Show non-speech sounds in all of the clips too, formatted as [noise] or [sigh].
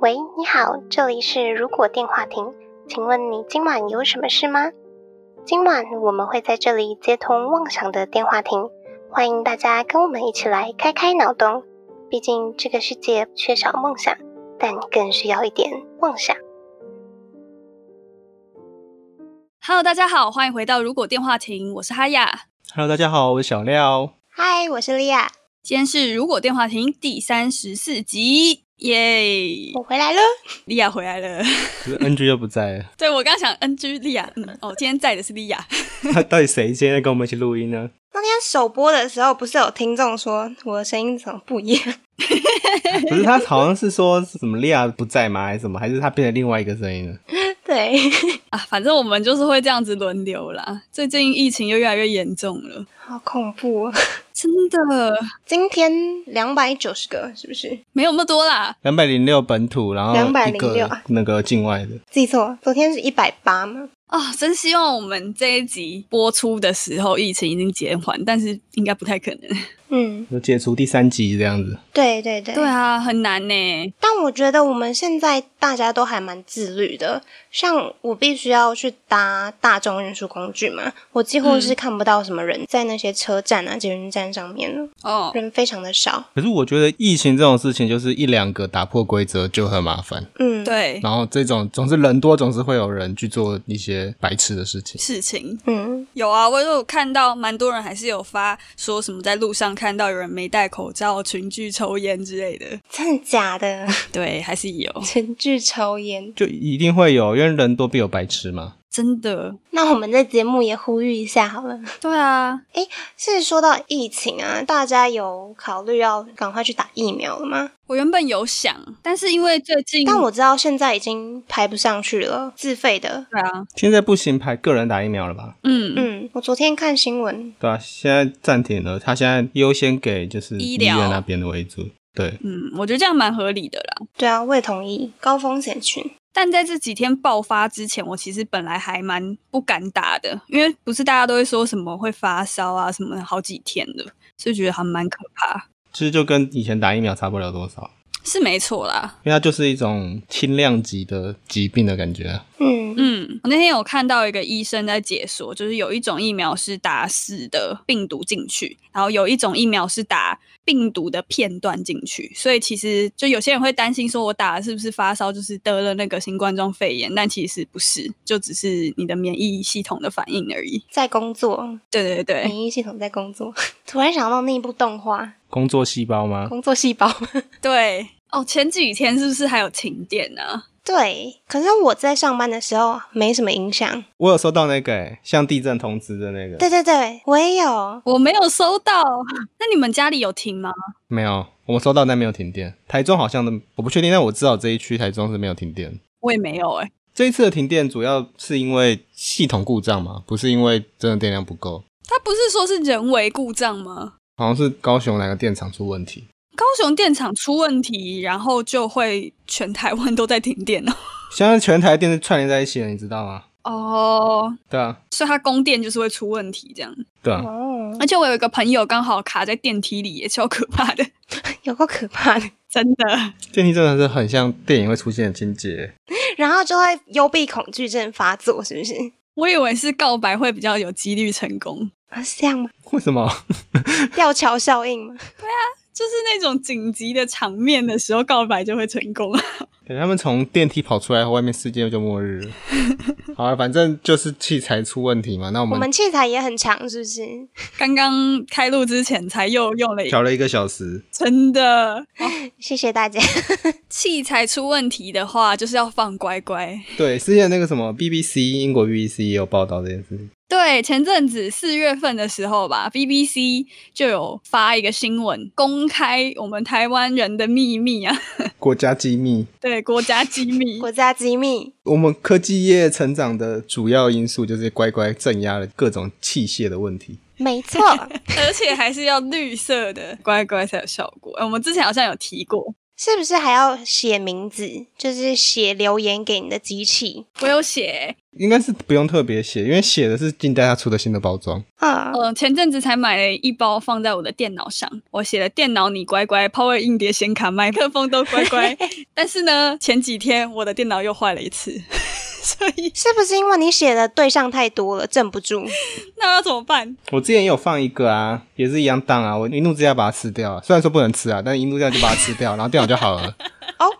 喂，你好，这里是如果电话亭，请问你今晚有什么事吗？今晚我们会在这里接通妄想的电话亭，欢迎大家跟我们一起来开开脑洞。毕竟这个世界缺少梦想，但更需要一点妄想。 Hello，大家好，欢迎回到《如果电话亭》，我是哈雅。 Hello，大家好，我是小廖。嗨，我是莉亚，今天是《如果电话亭》第三十四集，耶！哦我回来了。莉亚回来了。 [laughs] 可是 NG 又不在了，对我刚想 NG 莉亚，嗯，哦，今天在的是莉亚。他到底谁今天跟我们一起录音呢？那天首播的时候，不是有听众说我的声音怎么不一样？ [laughs] 不是他好像是说什么利亚不在吗？还是什么？还是他变成另外一个声音了？对，啊，反正我们就是会这样子轮流啦。最近疫情又越来越严重了，好恐怖、哦！真的今天两百九十个，是不是？没有那么多啦。两百零六本土，然后一206个啊那个境外的，记错，昨天是一百八吗？啊、真希望我们这一集播出的时候，疫情已经减缓，但是应该不太可能。嗯，就解除第三集这样子。对对对。对啊，很难呢。但我觉得我们现在大家都还蛮自律的，像我必须要去搭大众运输工具嘛，我几乎是看不到什么人在那些车站啊、捷运站上面了，哦，人非常的少。可是我觉得疫情这种事情，就是一两个打破规则就很麻烦，嗯，，对，然后这种总是人多，总是会有人去做一些白痴的事情。事情嗯，有啊，我有看到蛮多人还是有发说什么在路上看到有人没戴口罩、群聚抽烟之类的，真的假的？ [laughs] 对，还是有，全剧抽烟。就一定会有，因为人多必有白痴嘛。真的，那我们在节目也呼吁一下好了。对啊，是说到疫情啊，大家有考虑要赶快去打疫苗了吗？我原本有想，但是因为最近，但我知道现在已经排不上去了，自费的。对啊，现在不行排个人打疫苗了吧？嗯，嗯，我昨天看新闻，对啊，现在暂停了，他现在优先给就是医医疗院那边的为主。对，嗯，我觉得这样蛮合理的啦。对啊，我也同意，高风险群。但在这几天爆发之前，我其实本来还蛮不敢打的，因为不是大家都会说什么会发烧啊什么的好几天的，所以觉得还蛮可怕，其实就跟以前打疫苗差不了多少，是没错啦。因为它就是一种轻量级的疾病的感觉。啊嗯，嗯，我那天有看到一个医生在解说，就是有一种疫苗是打死的病毒进去，然后有一种疫苗是打病毒的片段进去，所以其实就有些人会担心说，我打的是不是发烧，就是得了那个新冠状肺炎，但其实不是，就只是你的免疫系统的反应而已。在工作，对对对，免疫系统在工作。 [laughs] 突然想到那一部动画工作细胞《吗？工作细胞》。 [laughs] 对哦，前几天是不是还有停电啊？对，可是我在上班的时候没什么影响。我有收到那个、欸、像地震通知的那个，对对对，我也有。我没有收到， [gasps] 那你们家里有停吗？没有，我们收到但没有停电。台中好像都我不确定，但我知道这一区台中是没有停电。我也没有哎、这一次的停电主要是因为系统故障嘛，不是因为真的电量不够，他不是说是人为故障吗？好像是高雄哪个电厂出问题。高雄电厂出问题，然后就会全台湾都在停电了。现在全台电是串联在一起了，你知道吗？哦，对啊，所以它供电就是会出问题这样。对啊，哦， [laughs] 而且我有一个朋友刚好卡在电梯里，也超可怕的，有够可怕的。 [laughs] 真的。电梯真的是很像电影会出现的情节。然后就会幽闭恐惧症发作，是不是？我以为是告白会比较有几率成功，啊，是这样吗？为什么？ [laughs] 吊桥效应吗？就是那种紧急的场面的时候告白就会成功。 [laughs] 等他们从电梯跑出来，外面世界就末 [laughs] 日了。好了，反正就是器材出问题嘛。那我我们们器材也很长，是不是？ [laughs] 刚刚开录之前才又用了一，调了一个小时，真的。谢谢大家。器材出问题的话，就是要放乖乖。对，之前那个什么 BBC 英国 BBC 也有报道这件事情。对，前阵子四月份的时候吧，BBC 就有发一个新闻，公开我们台湾人的秘密啊，国家机密，对，国家机密。 [laughs] 国家机密，我们科技业成长的主要因素就是乖乖镇压了各种器械的问题。没错。哎而且还是要绿色的乖乖才有效果。呃我们之前好像有提过，是不是还要写名字？就是写留言给你的机器？我有写，应该是不用特别写，因为写的是近代它出的新的包装。嗯，呃，前阵子才买了一包放在我的电脑上，我写了电脑你乖乖，Power 硬碟显卡、麦克风都乖乖。但是呢，前几天我的电脑又坏了一次， [laughs] 所以是不是因为你写的对象太多了，镇不住？那要怎么办？我之前也有放一个啊，也是一样档啊，我一怒之下把它吃掉啊。虽然说不能吃啊，但一怒之下就把它吃掉，然后电脑就好 [laughs] 了。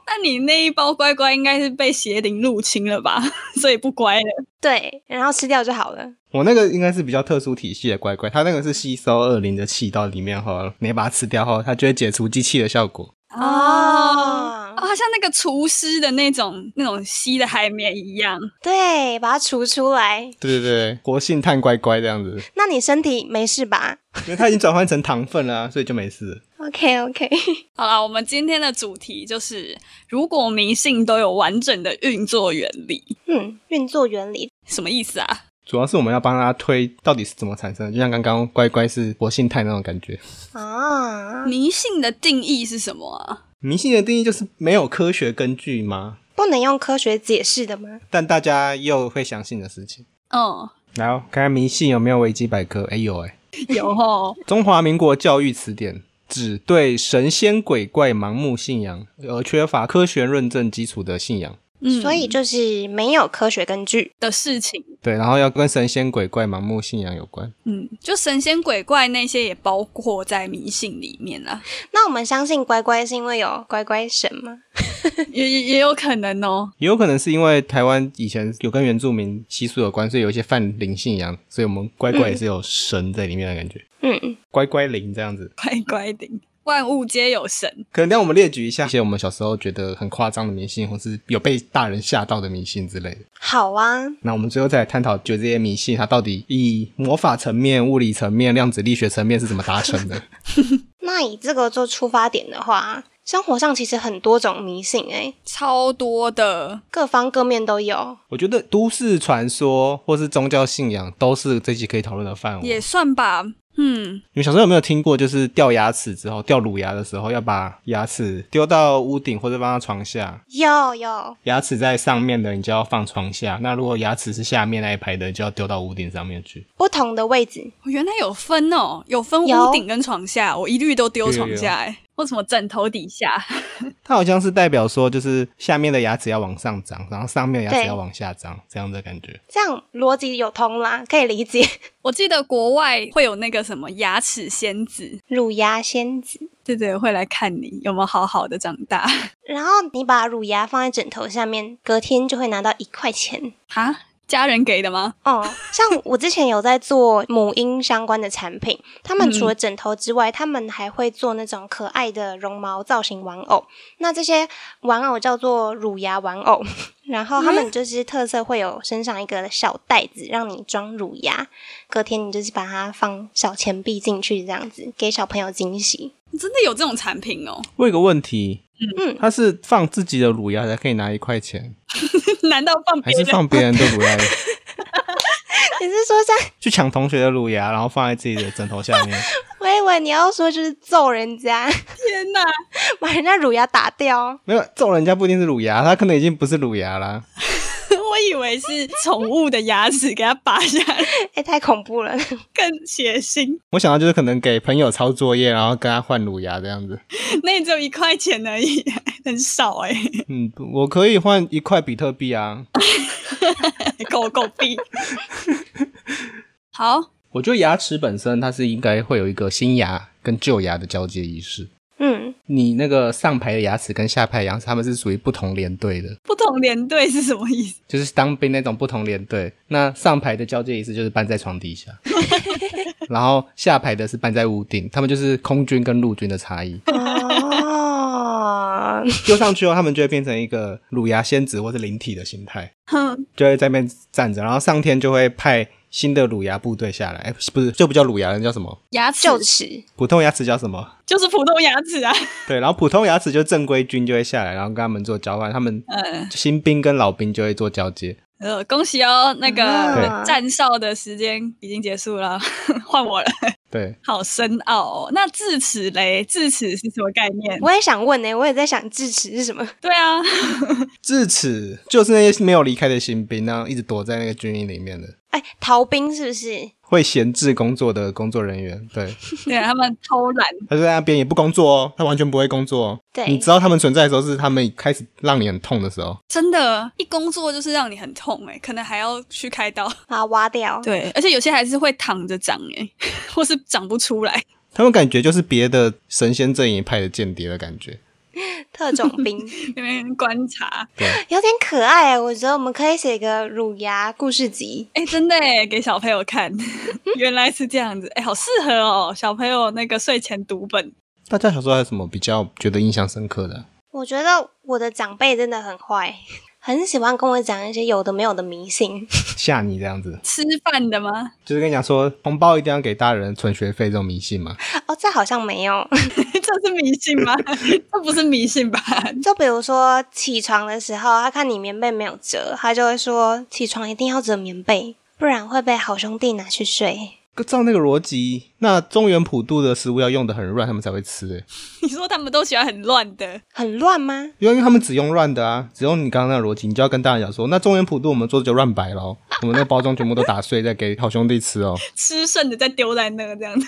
那你那一包乖乖应该是被邪灵入侵了吧？ [laughs] 所以不乖了。对，然后吃掉就好了。我那个应该是比较特殊体系的乖乖，它那个是吸收二零的气到里面后，你把它吃掉后，它就会解除机器的效果。嗯哦，它像那个厨师的那种那种吸的海绵一样，对，把它除出来。对对对，活性炭乖乖这 [laughs] 样子，那你身体没事吧因为它已经转换成糖分了、啊，所以就没事了。 ？OK OK，好啦，我们今天的主题就是，如果迷信都有完整的运作原理， [laughs] 嗯，运作原理。什么意思啊？主要是我们要帮他推到底是怎么产生的，就像刚刚乖乖是活性炭那种感觉。啊，迷信的定义是什么啊？迷信的定义就是没有科学根据吗？不能用科学解释的吗？但大家又会相信的事情。嗯，来哦，看看迷信有没有维基百科？哎有哎，有哦， 《中华民国教育词典》指对神仙鬼怪盲目信仰而缺乏科学论证基础的信仰。 [laughs] 嗯所以就是没有科学根据。的事情，对，然后要跟神仙鬼怪盲目信仰有关。嗯，就神仙鬼怪那些也包括在迷信里面 [laughs] 啊啦，那我们相信乖乖是因为有乖乖神吗？也也也有可能哦。也有可能是因为台湾以前有跟原住民习俗有关，所以有一些泛灵信仰，所以我们乖乖也是有神在里面的感觉，嗯， [laughs] 乖乖灵这样子。乖乖的，万物皆有神，可能让我们列举一下一些我们小时候觉得很夸张的迷信，或是有被大人吓到的迷信之类的。好啊，那我们最后再来探讨，就这些迷信它到底以魔法层面、物理层面、量子力学层面是怎么达成的？那以这个做出发点的话，生活上其实很多种迷信诶、超多的，各方各面都有。 [laughs] 我觉得都市传说或是宗教信仰都是这集可以讨论的范围。也算吧。嗯，你们小时候有没有听过，就是掉牙齿之后，掉乳牙的时候，要把牙齿丢到屋顶或者放到床下，有有，牙齿在上面的你就要放床下，那如果牙齿是下面那一排的，就要丢到屋顶上面去。不同的位置，我原来有分哦，有分有屋顶跟床下，我一律都丢床下、欸，为什么枕头底下？ [laughs] [laughs] 它好像是代表说，就是下面的牙齿要往上长，然后上面的牙齿对要往下长，这样的感觉。这样逻辑有通啦，可以理解。 [laughs] 我记得国外会有那个什么牙齿仙子，乳牙仙子，对对，会来看你有没有好好的长大 [laughs] 然后你把乳牙放在枕头下面，隔天就会拿到一块钱。啊？家人给的吗？哦，像我之前有在做母婴相关的产品，他们除了枕头之外，他们还会做那种可爱的绒毛造型玩偶。那这些玩偶叫做乳牙玩偶，然后他们就是特色会有身上一个小袋子，让你装乳牙，隔天你就是把它放小钱币进去，这样子给小朋友惊喜。 [laughs] 真的有这种产品哦？ [laughs] 我有个问题，嗯它是放自己的乳牙才可以拿一块钱，难道放还别是人？放别人的乳牙？你是说像？去抢同学的乳牙，然后放在自己的枕头下面？我以为你要说就是揍人家， [laughs] 天哪！ [laughs] 把人家乳牙打掉。没有揍人家不一定是乳牙，他可能已经不是乳牙啦。我以为是宠物的牙齿给它拔下来， [laughs] 哎、太恐怖了！更血腥。 [laughs] 我想到就是可能给朋友抄作业，然后跟他换乳牙这样子。那也只有一块钱而已， [laughs] 很少哎、 [laughs] 嗯，我可以换一块比特币啊。狗狗 [laughs] 币。好，我觉得牙齿本身它是应该会有一个新牙跟旧牙的交接仪式。嗯，你那个上排的牙齿跟下排的牙齿，它们是属于不同连队的，不同连队是什么意 [laughs] 思？就是当兵那种不同连队。那上排的交接仪式就是搬在床底下，然后下排的是搬在屋顶，他们就是空军跟陆军的差异。 [laughs] 哦，丢上去后，他们就会变成一个乳牙仙子或是灵体的形态，哼，就会在那边站着，然后上天就会派新的乳牙部队下来。哎、不是，就不叫乳牙，那叫什么？牙齿臼齿，普通牙齿叫什么？就是普通牙齿啊。对，然后普通牙齿就正规军就会下来，然后跟他们做交换，他们 [laughs] 嗯新兵跟老兵就会做交接。呃，恭喜哦，那个啊 [laughs] 站哨的时间已经结束了，换我了。对，好深奥哦。那智齿嘞，智齿是什么概念？我也想问呢、欸我也在想智齿是什么。 [laughs] 对啊，至此就是那些没有离开的新兵，然后一直躲在那个军营里面的，哎，逃兵是不是？会闲置工作的工作人员。对，对啊他们偷懒，他就在那边也不工作哦，他完全不会工作哦。对你知道他们存在的时候，是他们开始让你很痛的时候。 [laughs] 真的，一工作就是让你很痛哎、可能还要去开刀。把它挖掉。对，而且有些还是会躺着长哎、 [laughs] 或是长不出来。他们感觉就是别的神仙阵营派的间谍的感觉，特种兵那边观察，有点可爱欸，我觉得我们可以写一个乳牙故事集。哎、真的哎，给小朋友看， [laughs] 原来是这样子，哎、好适合哦，小朋友那个睡前读本。大家小时候还有什么比较觉得印象深刻的？我觉得我的长辈真的很坏，很喜欢跟我讲一些有的没有的迷信。 [laughs] 吓你这样子，吃饭的吗？ [laughs] 就是跟你讲说红包一定要给大人存学费这种迷信嘛。哦，这好像没有。 [laughs] 这是迷信吗？这不是迷信吧？ [laughs] 就比如说起床的时候，他看你棉被没有折，他就会说起床一定要折棉被，不然会被好兄弟拿去睡。照那个逻辑，那中原普渡的食物要用的很乱，他们才会吃、欸。你说他们都喜欢很乱的，很乱吗？因为他们只用乱的啊，只用你刚刚那个逻辑，你就要跟大家讲说，那中原普渡我们做的就乱摆 [laughs] 喽，哦我们那个包装全部都打碎，再给好兄弟吃哦。吃剩的再丢在那这样子。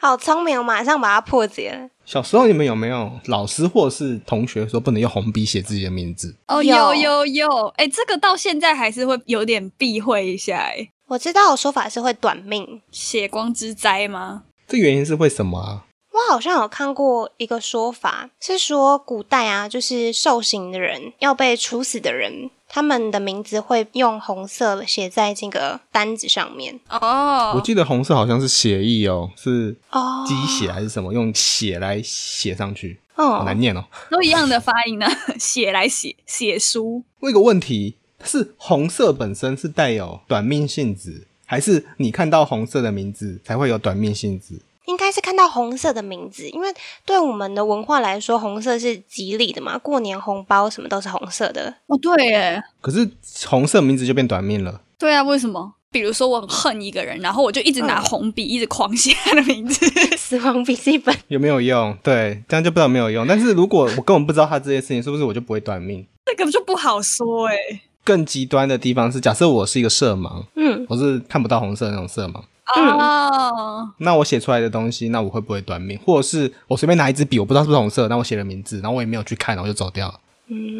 好聪明，我马上把它破解了。小时候你们有没有老师或是同学说不能用红笔写自己的名字？哦，有有有有，哎、这个到现在还是会有点避讳一下、哎，我知道我说法是会短命，血光之灾吗？这原因是为什么啊？我好像有看过一个说法，是说古代啊，就是受刑的人要被处死的人，他们的名字会用红色写在这个单子上面。哦我，记得红色好像是血意哦，是哦鸡血还是什么，用血来写上去，好哦难，念哦。都一样的发音呢、 [laughs] 写来写写书，我有个问题，是红色本身是带有短命性质，还是你看到红色的名字才会有短命性质？应该是看到红色的名字，因为对我们的文化来说，红色是吉利的嘛，过年红包什么都是红色的。 [laughs] 哦，对，哎，可是红色名字就变短命了。对啊，为什么？嗯比如说我很恨一个人，然后我就一直拿红笔、一直狂写他的名字，死亡笔记本，有没有用？对，这样就不知道有没有用。但是如果我根本不知道他这件事情，是不是我就不会短命？ [laughs] 这个就不好说哎、更极端的地方是，假设我是一个色盲，嗯，我是看不到红色的那种色盲，哦，那我写出来的东西，那我会不会短命？或者是我随便拿一支笔，我不知道是不是红色，那我写了名字，然后我也没有去看，然后我就走掉了。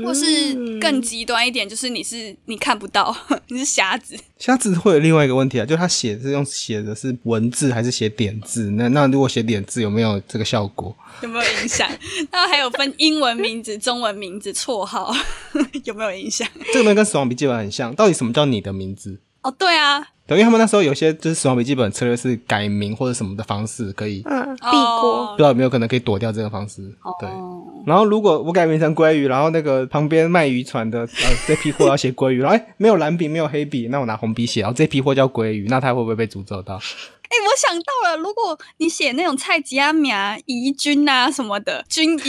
或是更极端一点，就是你是你看不到， [laughs] 你是瞎子，瞎子会有另外一个问题啊，就是他写是用写的是文字还是写点字？那那如果写点字有没有这个效果？有没有影 [laughs] 响？然后还有分英文名字、中文名字、绰号， [laughs] 有没有影响？这个呢跟《死亡笔记本》很像，到底什么叫你的名字？哦，对啊，等于他们那时候有些就是《死亡笔记本》策略是改名或者什么的方式可以嗯，哦避过。不知道有没有可能可以躲掉这个方式。对，哦，然后如果我改名成鲑鱼，然后那个旁边卖渔船的呃这批货要写鲑鱼，然后哎没有蓝笔没有黑笔，那我拿红笔写，然后这批货叫鲑鱼，那他会不会被诅咒到？哎、我想到了，如果你写那种菜吉阿米啊、宜君啊什么的，君宜，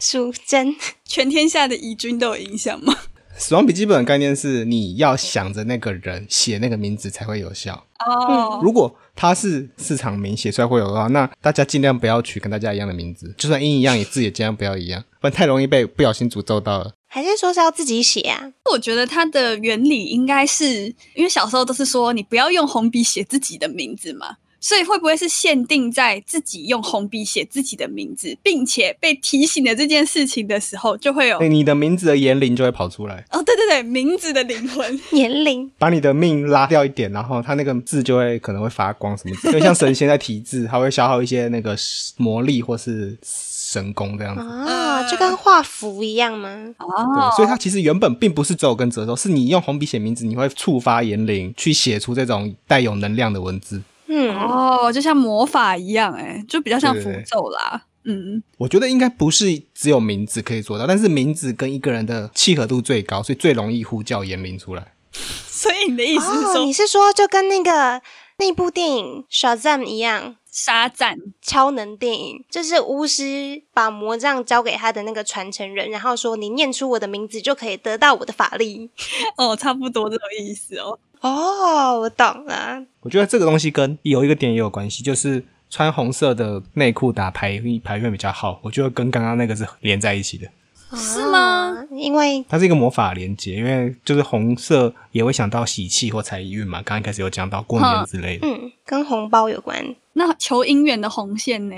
淑珍， [laughs] 全天下的宜君都有影响吗？死亡笔记本的概念是你要想着那个人写那个名字才会有效。哦，如果他是市场名写出来会有的话，那大家尽量不要取跟大家一样的名字，就算音一样，也字也尽量不要一样，不然太容易被不小心诅咒到了。还是说是要自己写啊？ [laughs] 我觉得它的原理应该是因为小时候都是说你不要用红笔写自己的名字嘛，所以会不会是限定在自己用红笔写自己的名字，并且被提醒了这件事情的时候，就会有那哎你的名字的言灵就会跑出来，哦，对对对，名字的灵 [laughs] 魂年龄把你的命拉掉一点，然后他那个字就会可能会发光什么之类的，就像神仙在提字，他会消耗一些那个魔力或是神功这样子。啊，呃就跟画符一样吗？哦对，，所以它其实原本并不是只有跟折寿，是你用红笔写名字，你会触发言灵去写出这种带有能量的文字。嗯，哦，就像魔法一样，哎，就比较像对符对对咒啦。嗯，我觉得应该不是只有名字可以做到，但是名字跟一个人的契合度最高，所以最容易呼叫言灵出来。所以你的意思是哦，说你是说就跟那个那部电影《小赞》一样， [laughs] 沙赞超能电影，就是巫师把魔杖交给他的那个传承人，然后说你念出我的名字就可以得到我的法力。哦，差不多这种意思哦。哦，我懂了，我觉得这个东西跟有一个点也有关系，就是穿红色的内裤打排排位比较好，我觉得跟刚刚那个是连在一起的。是吗啊？因为它是一个魔法连接，因为就是红色也会想到喜气或财运嘛，刚刚一开始有讲到过年之 [laughs] 类的。嗯，跟红包有关，那求姻缘的红线呢？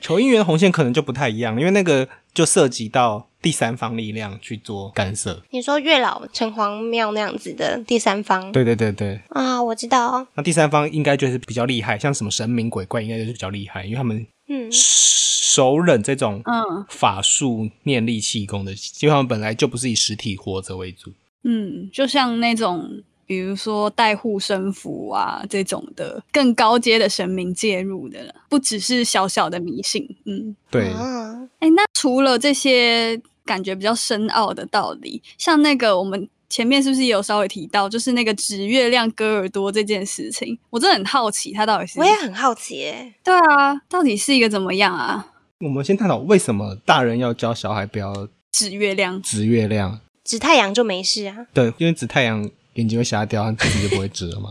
求姻缘红线可能就不太一样，因为那个就涉及到第三方力量去做干涉。你说月老城隍庙那样子的第三方对对对对，啊，我知道，那第三方应该就是比较厉害，像什么神明鬼怪应该就是比较厉害，因为他们嗯，熟忍这种嗯法术、念力、气功的，因为他们本来就不是以实体活着为主。嗯，就像那种比如说带护身符啊这种的更高阶的神明介入的了，不只是小小的迷信。嗯，对，啊，哎，那除了这些感觉比较深奥的道理，像那个我们前面是不是也有稍微提到，就是那个指月亮割耳朵这件事情，我真的很好奇，它到底是我也很好奇耶，对啊，到底是一个怎么样啊？我们先探讨为什么大人要教小孩不要指月亮，指月亮？指太阳就没事啊，对，因为指太阳眼睛会瞎掉，他自己就不会指 [laughs] 了嘛。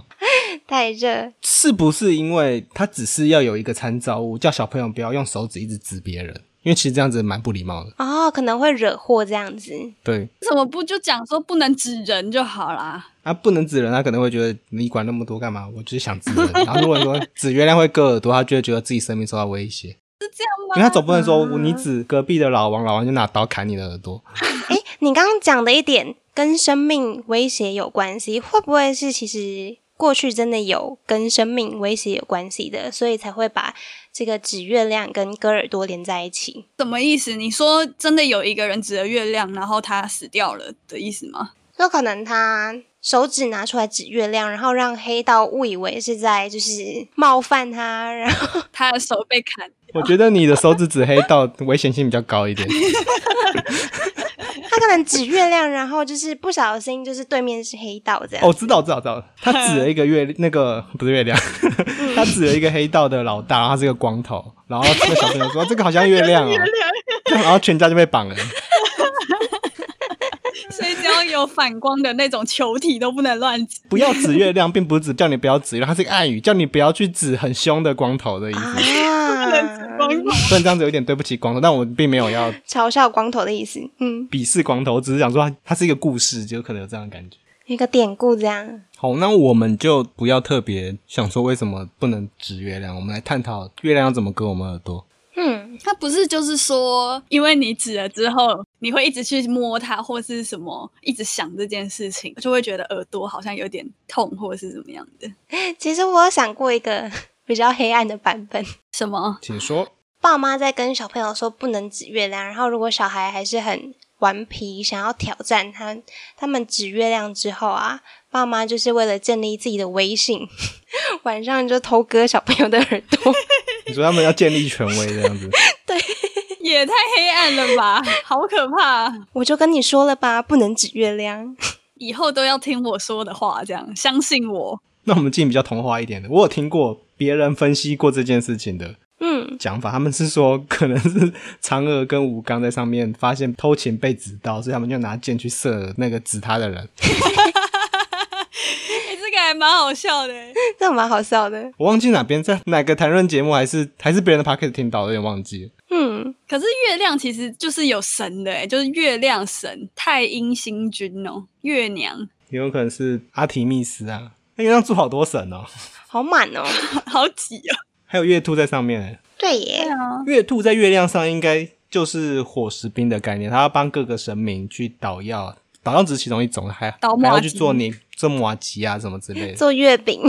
太热，是不是因为他只是要有一个参照物，叫小朋友不要用手指一直指别人？因为其实这样子蛮不礼貌的。哦，可能会惹祸这样 [laughs] 子，对，怎么不就讲说不能指人就好啦？啊，不能指人，他可能会觉得你管那么多干嘛？我只是想 [laughs] 指人。然后如果说指月亮会割耳朵，他就会觉得自己生命受到威胁。这因为样吗？他总不能说你指隔壁的老王，老王就拿刀砍你的 [laughs] 耳朵。诶，你刚刚讲的一点跟生命威胁有关系，会不会是其实过去真的有跟生命威胁有关系的，所以才会把这个指月亮跟割耳朵连在一起？什么意思？你说真的有一个人指着月亮，然后他死掉了的意思吗？就可能他手指拿出来指月亮，然后让黑道误以为是在 [laughs] 就是冒犯他，然后他的手被砍，我觉得你的手指指黑道危险性比较高一 [laughs] 点。他可能指月亮，然后就是不小心就是对面是黑道这样。哦，知道知道知道，他指了一个月那个不是 [laughs] 月亮，他指了一个黑道的老大，然后他是个光头，然后这个小朋友说这个好像月 [laughs] 亮哦，然后全家就被绑了。所以只要有反光的那种球体都不能乱指。不要指月亮，并不是指叫你不要指月亮，它是一个暗语，叫你不要去指很凶的光头的意思。啊，光头 [laughs] 虽然这样子有点对不起光头，但我并没有要 [laughs] 嘲笑光头的意思，嗯，鄙视光头，我只是想说它 [laughs] 它是一个故事，就可能有这样的感觉。一个典故这样。好，那我们就不要特别想说为什么不能指月亮，我们来探讨月亮要怎么割我们耳朵。嗯，他不是就是说，因为你指了之后，你会一直去摸它，或是什么，一直想这件事情，就会觉得耳朵好像有点痛，或是怎么样的？其实我有想过一个 [laughs] 比较黑暗的版本，什么？请说，爸妈在跟小朋友说不能指月亮，然后如果小孩还是很顽皮，想要挑战他，他们指月亮之后啊，爸妈就是为了建立自己的威信， [laughs] 晚上就偷割小朋友的耳朵。 [laughs] 你说他们要建立权威这样子，也太黑暗了吧，好可怕、啊我就跟你说了吧，不能指月亮。以后都要听我说的话，这样相信我。 [laughs] 那我们进比较童话一点的，我有听过别人分析过这件事情的嗯，讲法，他们是说可能是嫦娥跟吴刚在上面发现偷情被指到，所以他们就拿箭去射那个指他的人。哎、这个还蛮好笑 [laughs] 的、欸这蛮好笑的。我忘记哪边在哪个谈论节目，还是还是别人的 p o c k e t 听到，有点忘记了。嗯，可是月亮其实就是有神的、哎，就是月亮神太阴星君哦、月娘， [laughs] 也有可能是阿提密斯啊，那月亮住好多神哦，好满哦。好挤哦、还有月兔在上面欸。对耶，啊，月兔在月亮上应该就是火石兵的概念，他要帮各个神明去捣药，捣药只是其中一种，还捣麻还要去吉做你做麻吉啊什么之类的。做月饼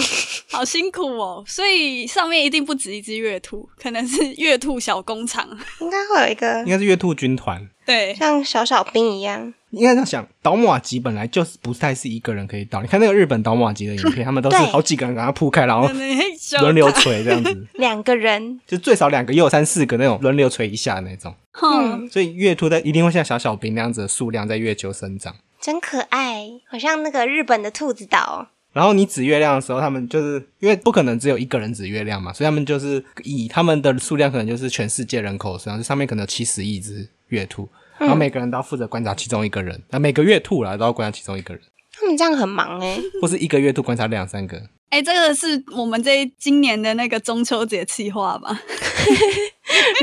好辛苦哦、所以上面一定不止一只月兔，可能是月兔小工厂。 [laughs] 应该会有一个应该是月兔军团，对，像小小兵一样。应该这样想，倒马吉本来就是不太是一个人可以倒。你看那个日本倒马吉的影片，他们都是对好几个人把它铺开，然后可能小哦轮流锤这样子，两个人，就最少两个，也有三四个那种轮流锤一下那种。哼，所以月兔在一定会像小小兵那样子的数量在月球生长。真可爱，好像那个日本的兔子岛。然后你指月亮的时候，他们就是因为不可能只有一个人指月亮嘛，所以他们就是以他们的数量可能就是全世界人口数量，就上面可能有七十啊亿只月兔，然后每个人都要负责观察其中一个人，那、每个月兔啦都要观察其中一个人。他们这样很忙 [laughs] 哎、或是一个月都观察两三个。哎、这个是我们这一今年的那个中秋节计划吧？ [laughs]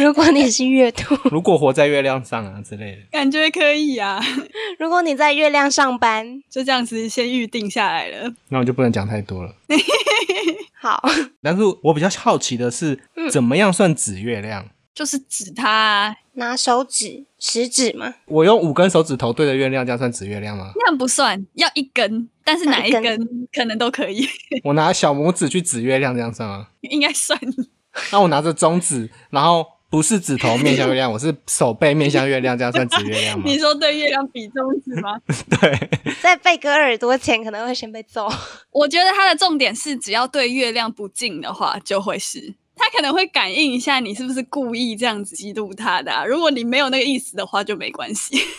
如果你是月兔，如果活在月亮上啊之类的，感觉可以啊， [laughs] 如果你在月亮上班，就这样子先预定下来了。那我就不能讲太多了。好，但是我比较好奇的是，怎么样算指月亮？就是指它啊，？拿手指食指嘛，我用五根手指头对着月亮，这样算指月亮吗那不算，要一根，但是哪一哪一根可能都可以， [laughs] 我拿小拇指去指月亮，这样算吗？应该算。那我拿着中指，然后不是指头面向月亮，我是手背面向月亮，这样算指月亮吗？ [laughs] 你说对月亮比中指吗？对，在贝哥耳朵前可能会先被揍。 [laughs] 我觉得它的重点是，只要对月亮不敬的话，就会是它可能会感应一下你是不是故意这样子激怒它的啊、如果你没有那个意思的话，就没关系。 [laughs]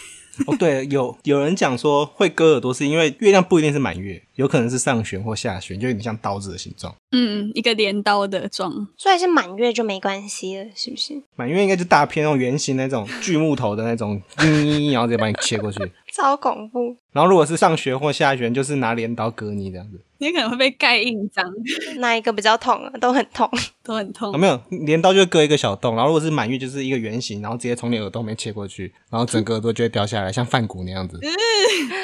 哦对，有有人讲说会割耳朵，是因为月亮不一定是满月，有可能是上旋或下旋，就有点像刀子的形状。嗯，一个镰刀的状，所以是满月就没关系了，是不是？满月应该就大片那种圆形那种锯木头的那种， [laughs] 嗯然后直接把你切过去。超恐怖，然后如果是上旋或下旋，就是拿镰刀割你这样子。你可能会被盖印章，哪一个比较痛啊？都很痛。都很痛啊，。没有，镰刀就割一个小洞，然后如果是满月，就是一个圆形，然后直接从你耳朵里面切过去，然后整个耳朵就会掉下来，像饭骨那样子。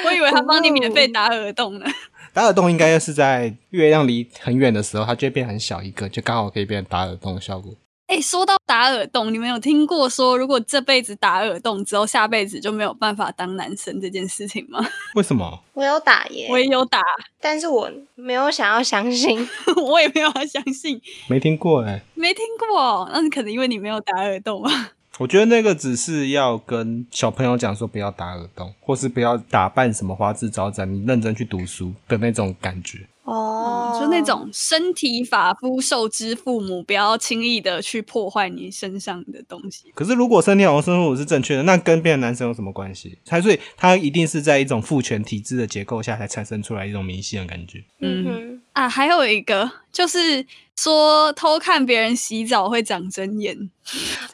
我以为他帮你免费打耳洞呢。打耳洞应该是在月亮离很远的时候，它就会变很小一个，就刚好可以变成打耳洞的效果。哎、说到打耳洞，你们有听过说如果这辈子打耳洞之后，下辈子就没有办法当男生这件事情吗？为什么？我有打耶我也有打， [laughs] 但是我没有想要相信。我也没有要相信，没听过哎、没听过哦。那是可能因为你没有打耳洞啊。我觉得那个只是要跟小朋友讲说不要打耳洞，或是不要打扮什么花枝招展，你认真去读书的那种感觉。哦 [laughs] 嗯就那种身体发肤受之父母，不要轻易的去破坏你身上的东西。可是如果身体好像生活是正确的，那跟变成男生有什么关系？他所以他一定是在一种父权体制的结构下才产生出来一种迷信的感觉。嗯嗯哼，啊，还有一个就是说偷看别人洗澡会长针眼，[laughs]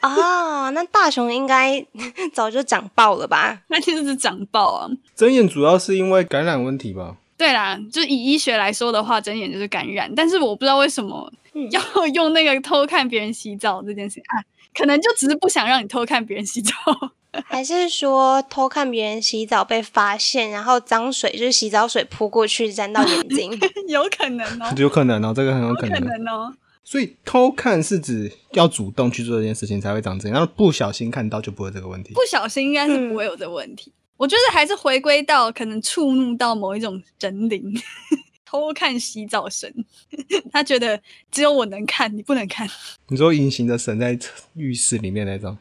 [laughs] 哦，那大雄应该 [laughs] 早就长爆了 [laughs] 吧？那就是长爆啊。睁眼主要是因为感染问题吧？对啦，就以医学来说的话，针眼就是感染，但是我不知道为什么嗯 [laughs] 要用那个偷看别人洗澡这件事啊，可能就只是不想让你偷看别人洗澡。 [laughs] 还是说偷看别人洗澡被发现，然后脏水就是洗澡水泼过去沾到眼睛？ [laughs] 有可能 [laughs] 哦，有可能哦，这个很有可有可能。能哦。所以偷看是指要主动去做这件事情才会长这样，然后不小心看到就不会这个问题不。小心应该是不会有这问题。我觉得还是回归到可能触怒到某一种神灵， [laughs] 偷看洗澡神， [laughs] 他觉得只有我能看，你不能看，你说隐形的神在浴室里面那种，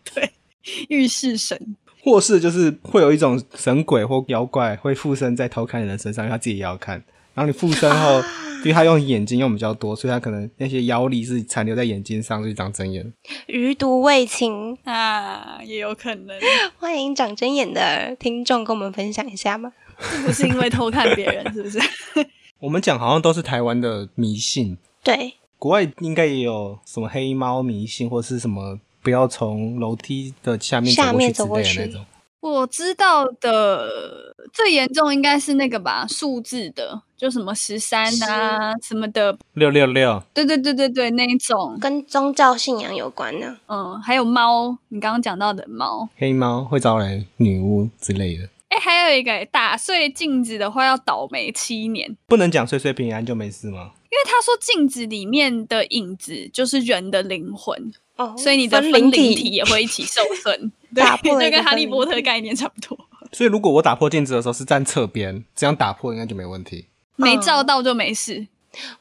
浴室神。或是就是会有一种神鬼或妖怪会附身在偷看的人身上，因为他自己也要看。然后你附身后， [laughs] 因为他用眼睛用比较多，所以他可能那些妖力是残留在眼睛上，所以长针眼。余毒未情，啊，也有可能， [laughs] 欢迎长针眼的听众跟我们分享一下吗？这不是因为偷看别人，是不 [laughs] 是？我们讲好像都是台湾的迷信，对，国外应该也有什么黑猫迷信，或是什么不要从楼梯的下面下面走过去之类走过的去那种。我知道的最严重应该是那个吧，数字的，就什么十三啊什么的，六六六，对对对对对，那一种，跟宗教信仰有关呢、嗯，还有猫，你刚刚讲到的猫，黑猫会招来女巫之类的，哎、还有一个欸打碎镜子的话要倒霉七年，因不能讲岁岁平安就没事吗？为他说镜子里面的影子就是人的灵魂，哦，所以你的分分灵灵体体也会一起受 [laughs] 损，打破了一个就跟哈分利灵波特体的概念差不多，所以如果我打破镜子的时候是站侧边，这样打破应该就没问题。嗯没照到就没事。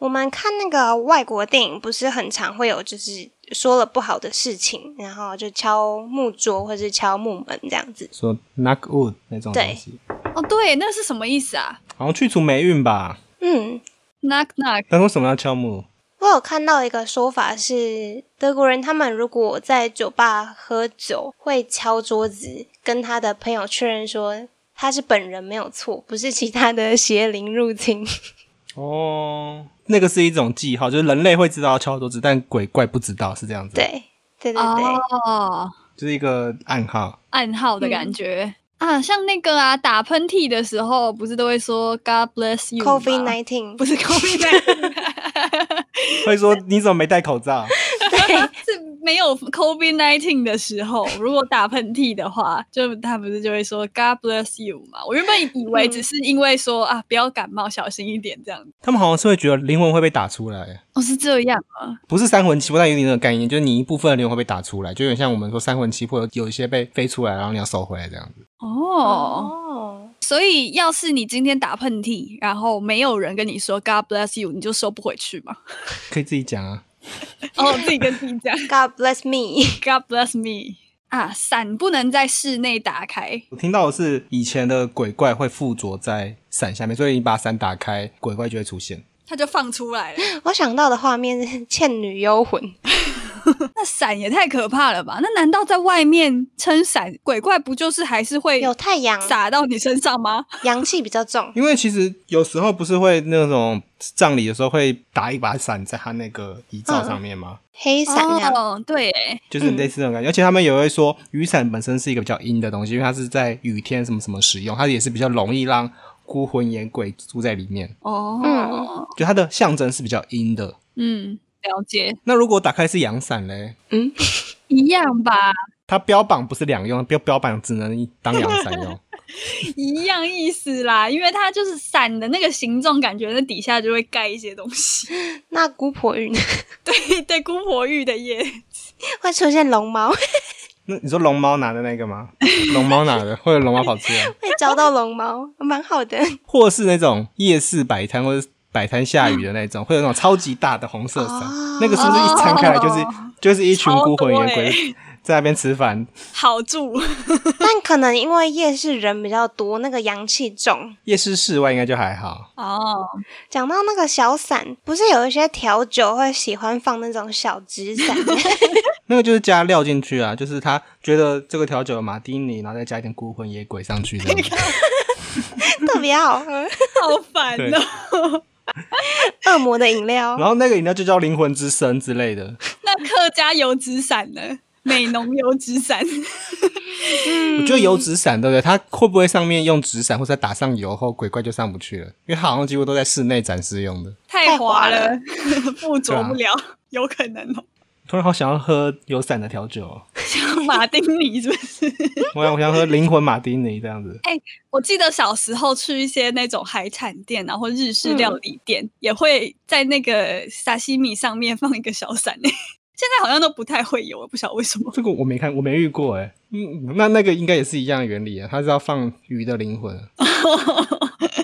我们看那个外国电影，不是很常会有，就是说了不好的事情，然后就敲木桌或是敲木门这样子。说 knock wood 那种东西，哦，对，那是什么意思啊好像去除霉运吧。嗯， ？Knock knock，但为什么要敲木？我有看到一个说法是，德国人他们如果在酒吧喝酒，会敲桌子，跟他的朋友确认说他是本人没有错，不是其他的邪灵入侵。哦，那个是一种记号，就是人类会知道要敲桌子，但鬼怪不知道，是这样子。，对，对对对，嗯哦，就是一个暗号。暗号的感觉。啊，像那个啊，打喷嚏的时候不是都会说 God bless you 吗 COVID nineteen 不是 COVID nineteen，会说你怎么没戴口罩？ [laughs] 是没有 COVID nineteen 的时候，如果打喷嚏的话，就他不是就会说 God bless you 嘛？我原本以为只是因为说、啊，不要感冒，小心一点这样子。他们好像是会觉得灵魂会被打出来，哦，是这样啊，不是三魂七魄，但有点那个概念，就是你一部分的灵魂会被打出来，就有点像我们说三魂七魄有有一些被飞出来，然后你要收回来这样子。哦。哦，所以，要是你今天打喷嚏，然后没有人跟你说 “God bless you”，你就收不回去嘛。可以自己讲啊， [laughs] 哦，自己跟自己讲 God bless me， [laughs] “God bless me” 啊，伞不能在室内打开，我听到的是以前的鬼怪会附着在伞下面，所以你把伞打开，鬼怪就会出现。它就放出来 [gasps] 了。我想到的画面是《倩女幽魂》，那伞也太可怕了吧？那难道在外面撑伞，鬼怪不就是还是会有太阳，洒到你身上吗？阳气比较重，因为其实有时候不是会那种葬礼的时候会打一把伞在他那个遗照上面吗？黑伞这样哦，对耶，就是类似那种感觉。而且他们也会说，雨伞本身是一个比较阴的东西，因为它是在雨天什么什么使用，它也是比较容易让孤魂野鬼住在里面，哦，就它的象征是比较阴的。嗯，了解，那如果打开是阳伞嘞，嗯，一样吧，它标榜不是两用，标标榜只能当阳伞用。一样意思啦，因为它就是伞的那个形状，感觉那底下就会盖一些东西。 [laughs] 那姑婆玉呢对对，姑婆玉的叶， [laughs] 会出现龙猫，会那你说龙猫拿的那个吗？龙猫拿的，或者龙猫跑出来，招到龙猫，蛮好的。或是那种夜市摆摊，或者是摆摊下雨的那啊种，会有那种超级大的红色伞，哦那个是不是一摊开来就是、哦就是一群孤魂野超多欸鬼在那边吃饭？好住， [laughs] 但可能因为夜市人比较多，那个阳气重。夜市室外应该就还好，哦，讲到那个小伞，不是有一些调酒会喜欢放那种小纸伞？ [laughs] 那个就是加料进去啊，就是他觉得这个调酒有马丁尼，然后再加一点孤魂野鬼上去 [laughs] 哎这样子。特别好喝，好烦对哦。恶魔的饮料然后那个饮料就叫灵魂之声之类的，那客家油纸伞呢？美浓油纸伞，嗯我觉得油纸伞对不对？它会不会上面用纸伞，或者它打上油后鬼怪就上不去了？因为它好像几乎都在室内展示用的。太滑了 [laughs] 太，附着不了，有可能哦。 [laughs] 突然好想要喝有伞的调酒哦，像马丁尼是不是？我想我想喝灵魂马丁尼这样子。我记得小时候去一些那种海产店啊，或日式料理店，也会在那个沙西米上面放一个小伞、欸。 [laughs] 现在好像都不太会有，我不晓得为什么。 [laughs] 这个我没看，我没遇过哎。嗯，那那个应该也是一样的原理啊，它是要放鱼的灵魂，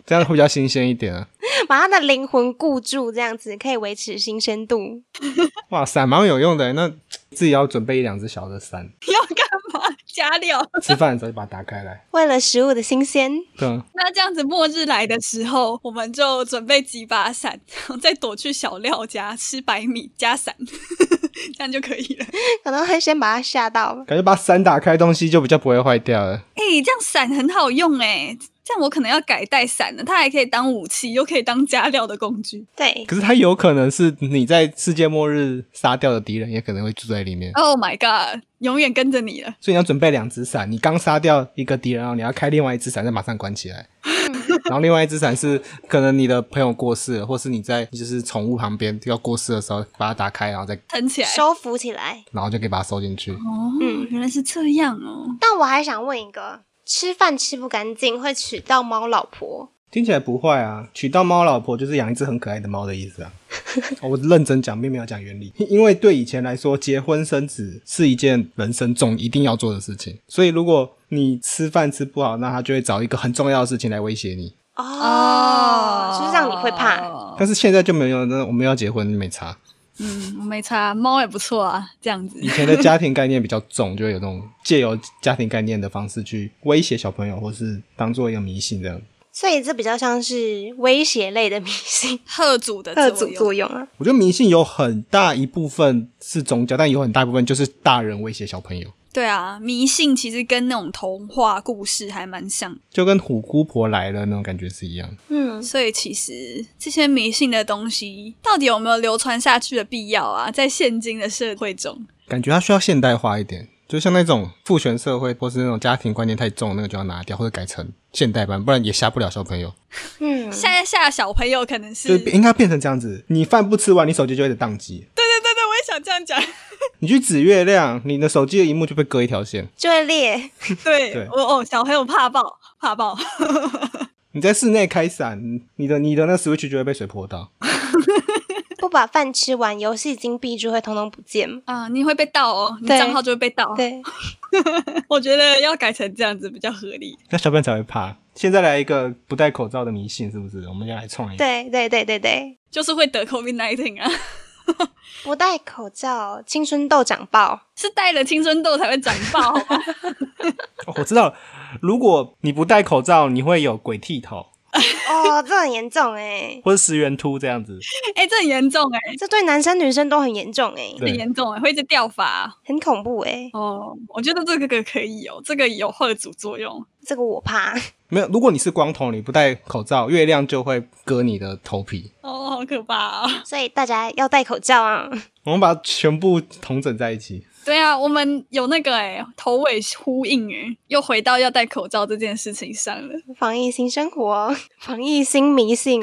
这样会比较新鲜一点啊。把他的灵魂固住，这样子可以维持新鲜度。哇，伞蛮有用的欸，那自己要准备一两只小的伞，要干嘛？加料。吃饭的时候就把它打开来。为了食物的新鲜，对啊，那这样子末日来的时候，我们就准备几把伞，然后再躲去小廖家吃白米加伞， [laughs] 这样就可以了。可能会先把他吓到吧。感觉把伞打开，东西就比较不会坏掉了。哎、这样伞很好用哎、这样我可能要改带伞了，它还可以当武器，又可以当加料的工具。对，可是它有可能是你在世界末日杀掉的敌人，也可能会住在里面， Oh my god，永远跟着你了。所以你要准备两只伞。你刚杀掉一个敌人，然后你要开另外一只伞，再马上关起来。然后另外一只伞是可能你的朋友过世了，或是你在就是宠物旁边要过世的时候，把它打开，然后再腾起来。收服起来。然后就可以把它收进去。哦，嗯原来是这样哦。但我还想问一个，吃饭吃不干净会娶到猫老婆？听起来不坏啊，娶到猫老婆就是养一只很可爱的猫的意思啊。哦我认真讲，并没有讲原理，因为对以前来说，结婚生子是一件人生中一定要做的事情，所以如果你吃饭吃不好，那他就会找一个很重要的事情来威胁你。哦，就是让你会怕。哦但是现在就没有，那我们要结婚没差。嗯，我没差，猫也不错啊，这样子以。前的家庭概念比较重，就会有那种借由家庭概念的方式去威胁小朋友，或是当做一个迷信这样。所以这比较像是威胁类的迷信，贺祖的特作主用作用啊。我觉得迷信有很大一部分是宗教，但有很大一部分就是大人威胁小朋友。对啊，迷信其实跟那种童话故事还蛮像，就跟虎姑婆来了那种感觉是一样。嗯，所以其实这些迷信的东西到底有没有流传下去的必要啊？在现今的社会中，感觉它需要现代化一点，就像那种父权社会或是那种家庭观念太重，那个就要拿掉或者改成现代版，不然也吓不了小朋友。嗯，现在下小朋友可能是就对是应该变成这样子，你饭不吃完，你手机就会得宕机。对对对，我也想这样讲。 [laughs] 你去指月亮，你的手机的荧幕就被割一条线。就会裂，对对，我哦，小朋友怕爆，怕爆。你在室内开伞，你的你的那 Switch 就会被水泼到。不把饭吃完，游戏金币就会通通不见嘛。啊、你会被盗哦，你对账号就会被盗。对，我觉得要改成这样子比较合理。 [laughs] 那小朋友才会怕。现在来一个不戴口罩的迷信，是不是？我们先来创一个。对，对，对，对，对，就是会得 COVID nineteen 啊， [laughs] 不戴口罩，青春痘长爆。是戴了青春痘才会长爆好吗哦我知道了，如果你不戴口罩，你会有鬼剃头哦，这很严重哎，或者石原秃这样子。哎、这很严重哎、这对男生女生都很严重哎，对很严重哎、会一直掉发啊、很恐怖哎，哦。我觉得这个可以哦，这个有贺主作用。这个我怕。没有，如果你是光头，你不戴口罩，月亮就会割你的头皮。哦，好可怕啊！所以大家要戴口罩啊！我们把它全部统整在一起。对啊，我们有那个哎、头尾呼应哎、又回到要戴口罩这件事情上了。防疫新生活，防疫新迷信，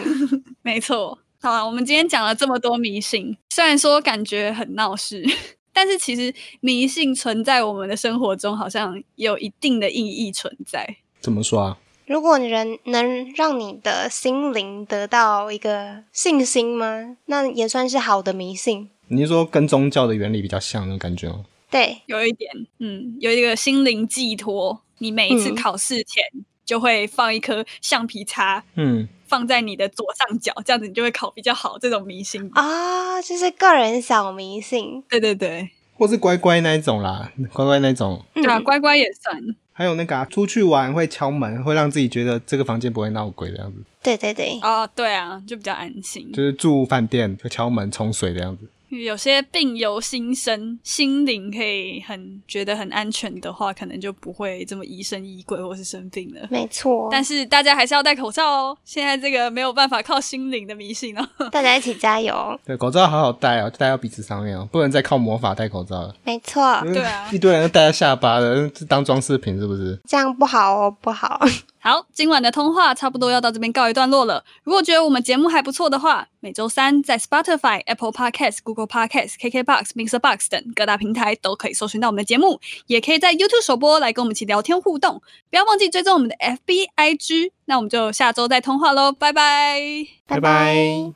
没错。好啊了，我们今天讲了这么多迷信，虽然说感觉很闹事， [laughs] 但是其实迷信存在我们的生活中，好像有一定的意义存在。怎么说啊？如果人能让你的心灵得到一个信心吗？那也算是好的迷信。你是说跟宗教的原理比较像那种感觉吗？对，有一点，嗯，有一个心灵寄托。你每一次嗯考试前就会放一颗橡皮擦嗯，放在你的左上角，这样子你就会考比较好。这种迷信，啊、就是个人小迷信。对对对，或是乖乖那一种啦，乖乖那一种。嗯对啊，乖乖也算。还有那个、啊、出去玩会敲门，会让自己觉得这个房间不会闹鬼的样子。对对对，哦，对啊，就比较安心。就是住饭店就敲门冲水的样子。有些病由心生，心灵可以很觉得很安全的话，可能就不会这么疑神疑鬼或是生病了。没错。但是大家还是要戴口罩哦。现在这个没有办法靠心灵的迷信哦。大家一起加油，对，口罩好好戴哦，戴到鼻子上面哦，不能再靠魔法戴口罩了。没错，嗯对啊一堆人都戴在下巴的，是当装饰品是不是？这样不好哦，不好。好，今晚的通话差不多要到这边告一段落了。如果觉得我们节目还不错的话，每周三在 Spotify、Apple Podcast、Google Podcast、KKBox、Mixer Box 等各大平台都可以搜寻到我们的节目，也可以在 YouTube 首播来跟我们一起聊天互动。不要忘记追踪我们的 FB、IG。那我们就下周再通话喽，拜拜。拜拜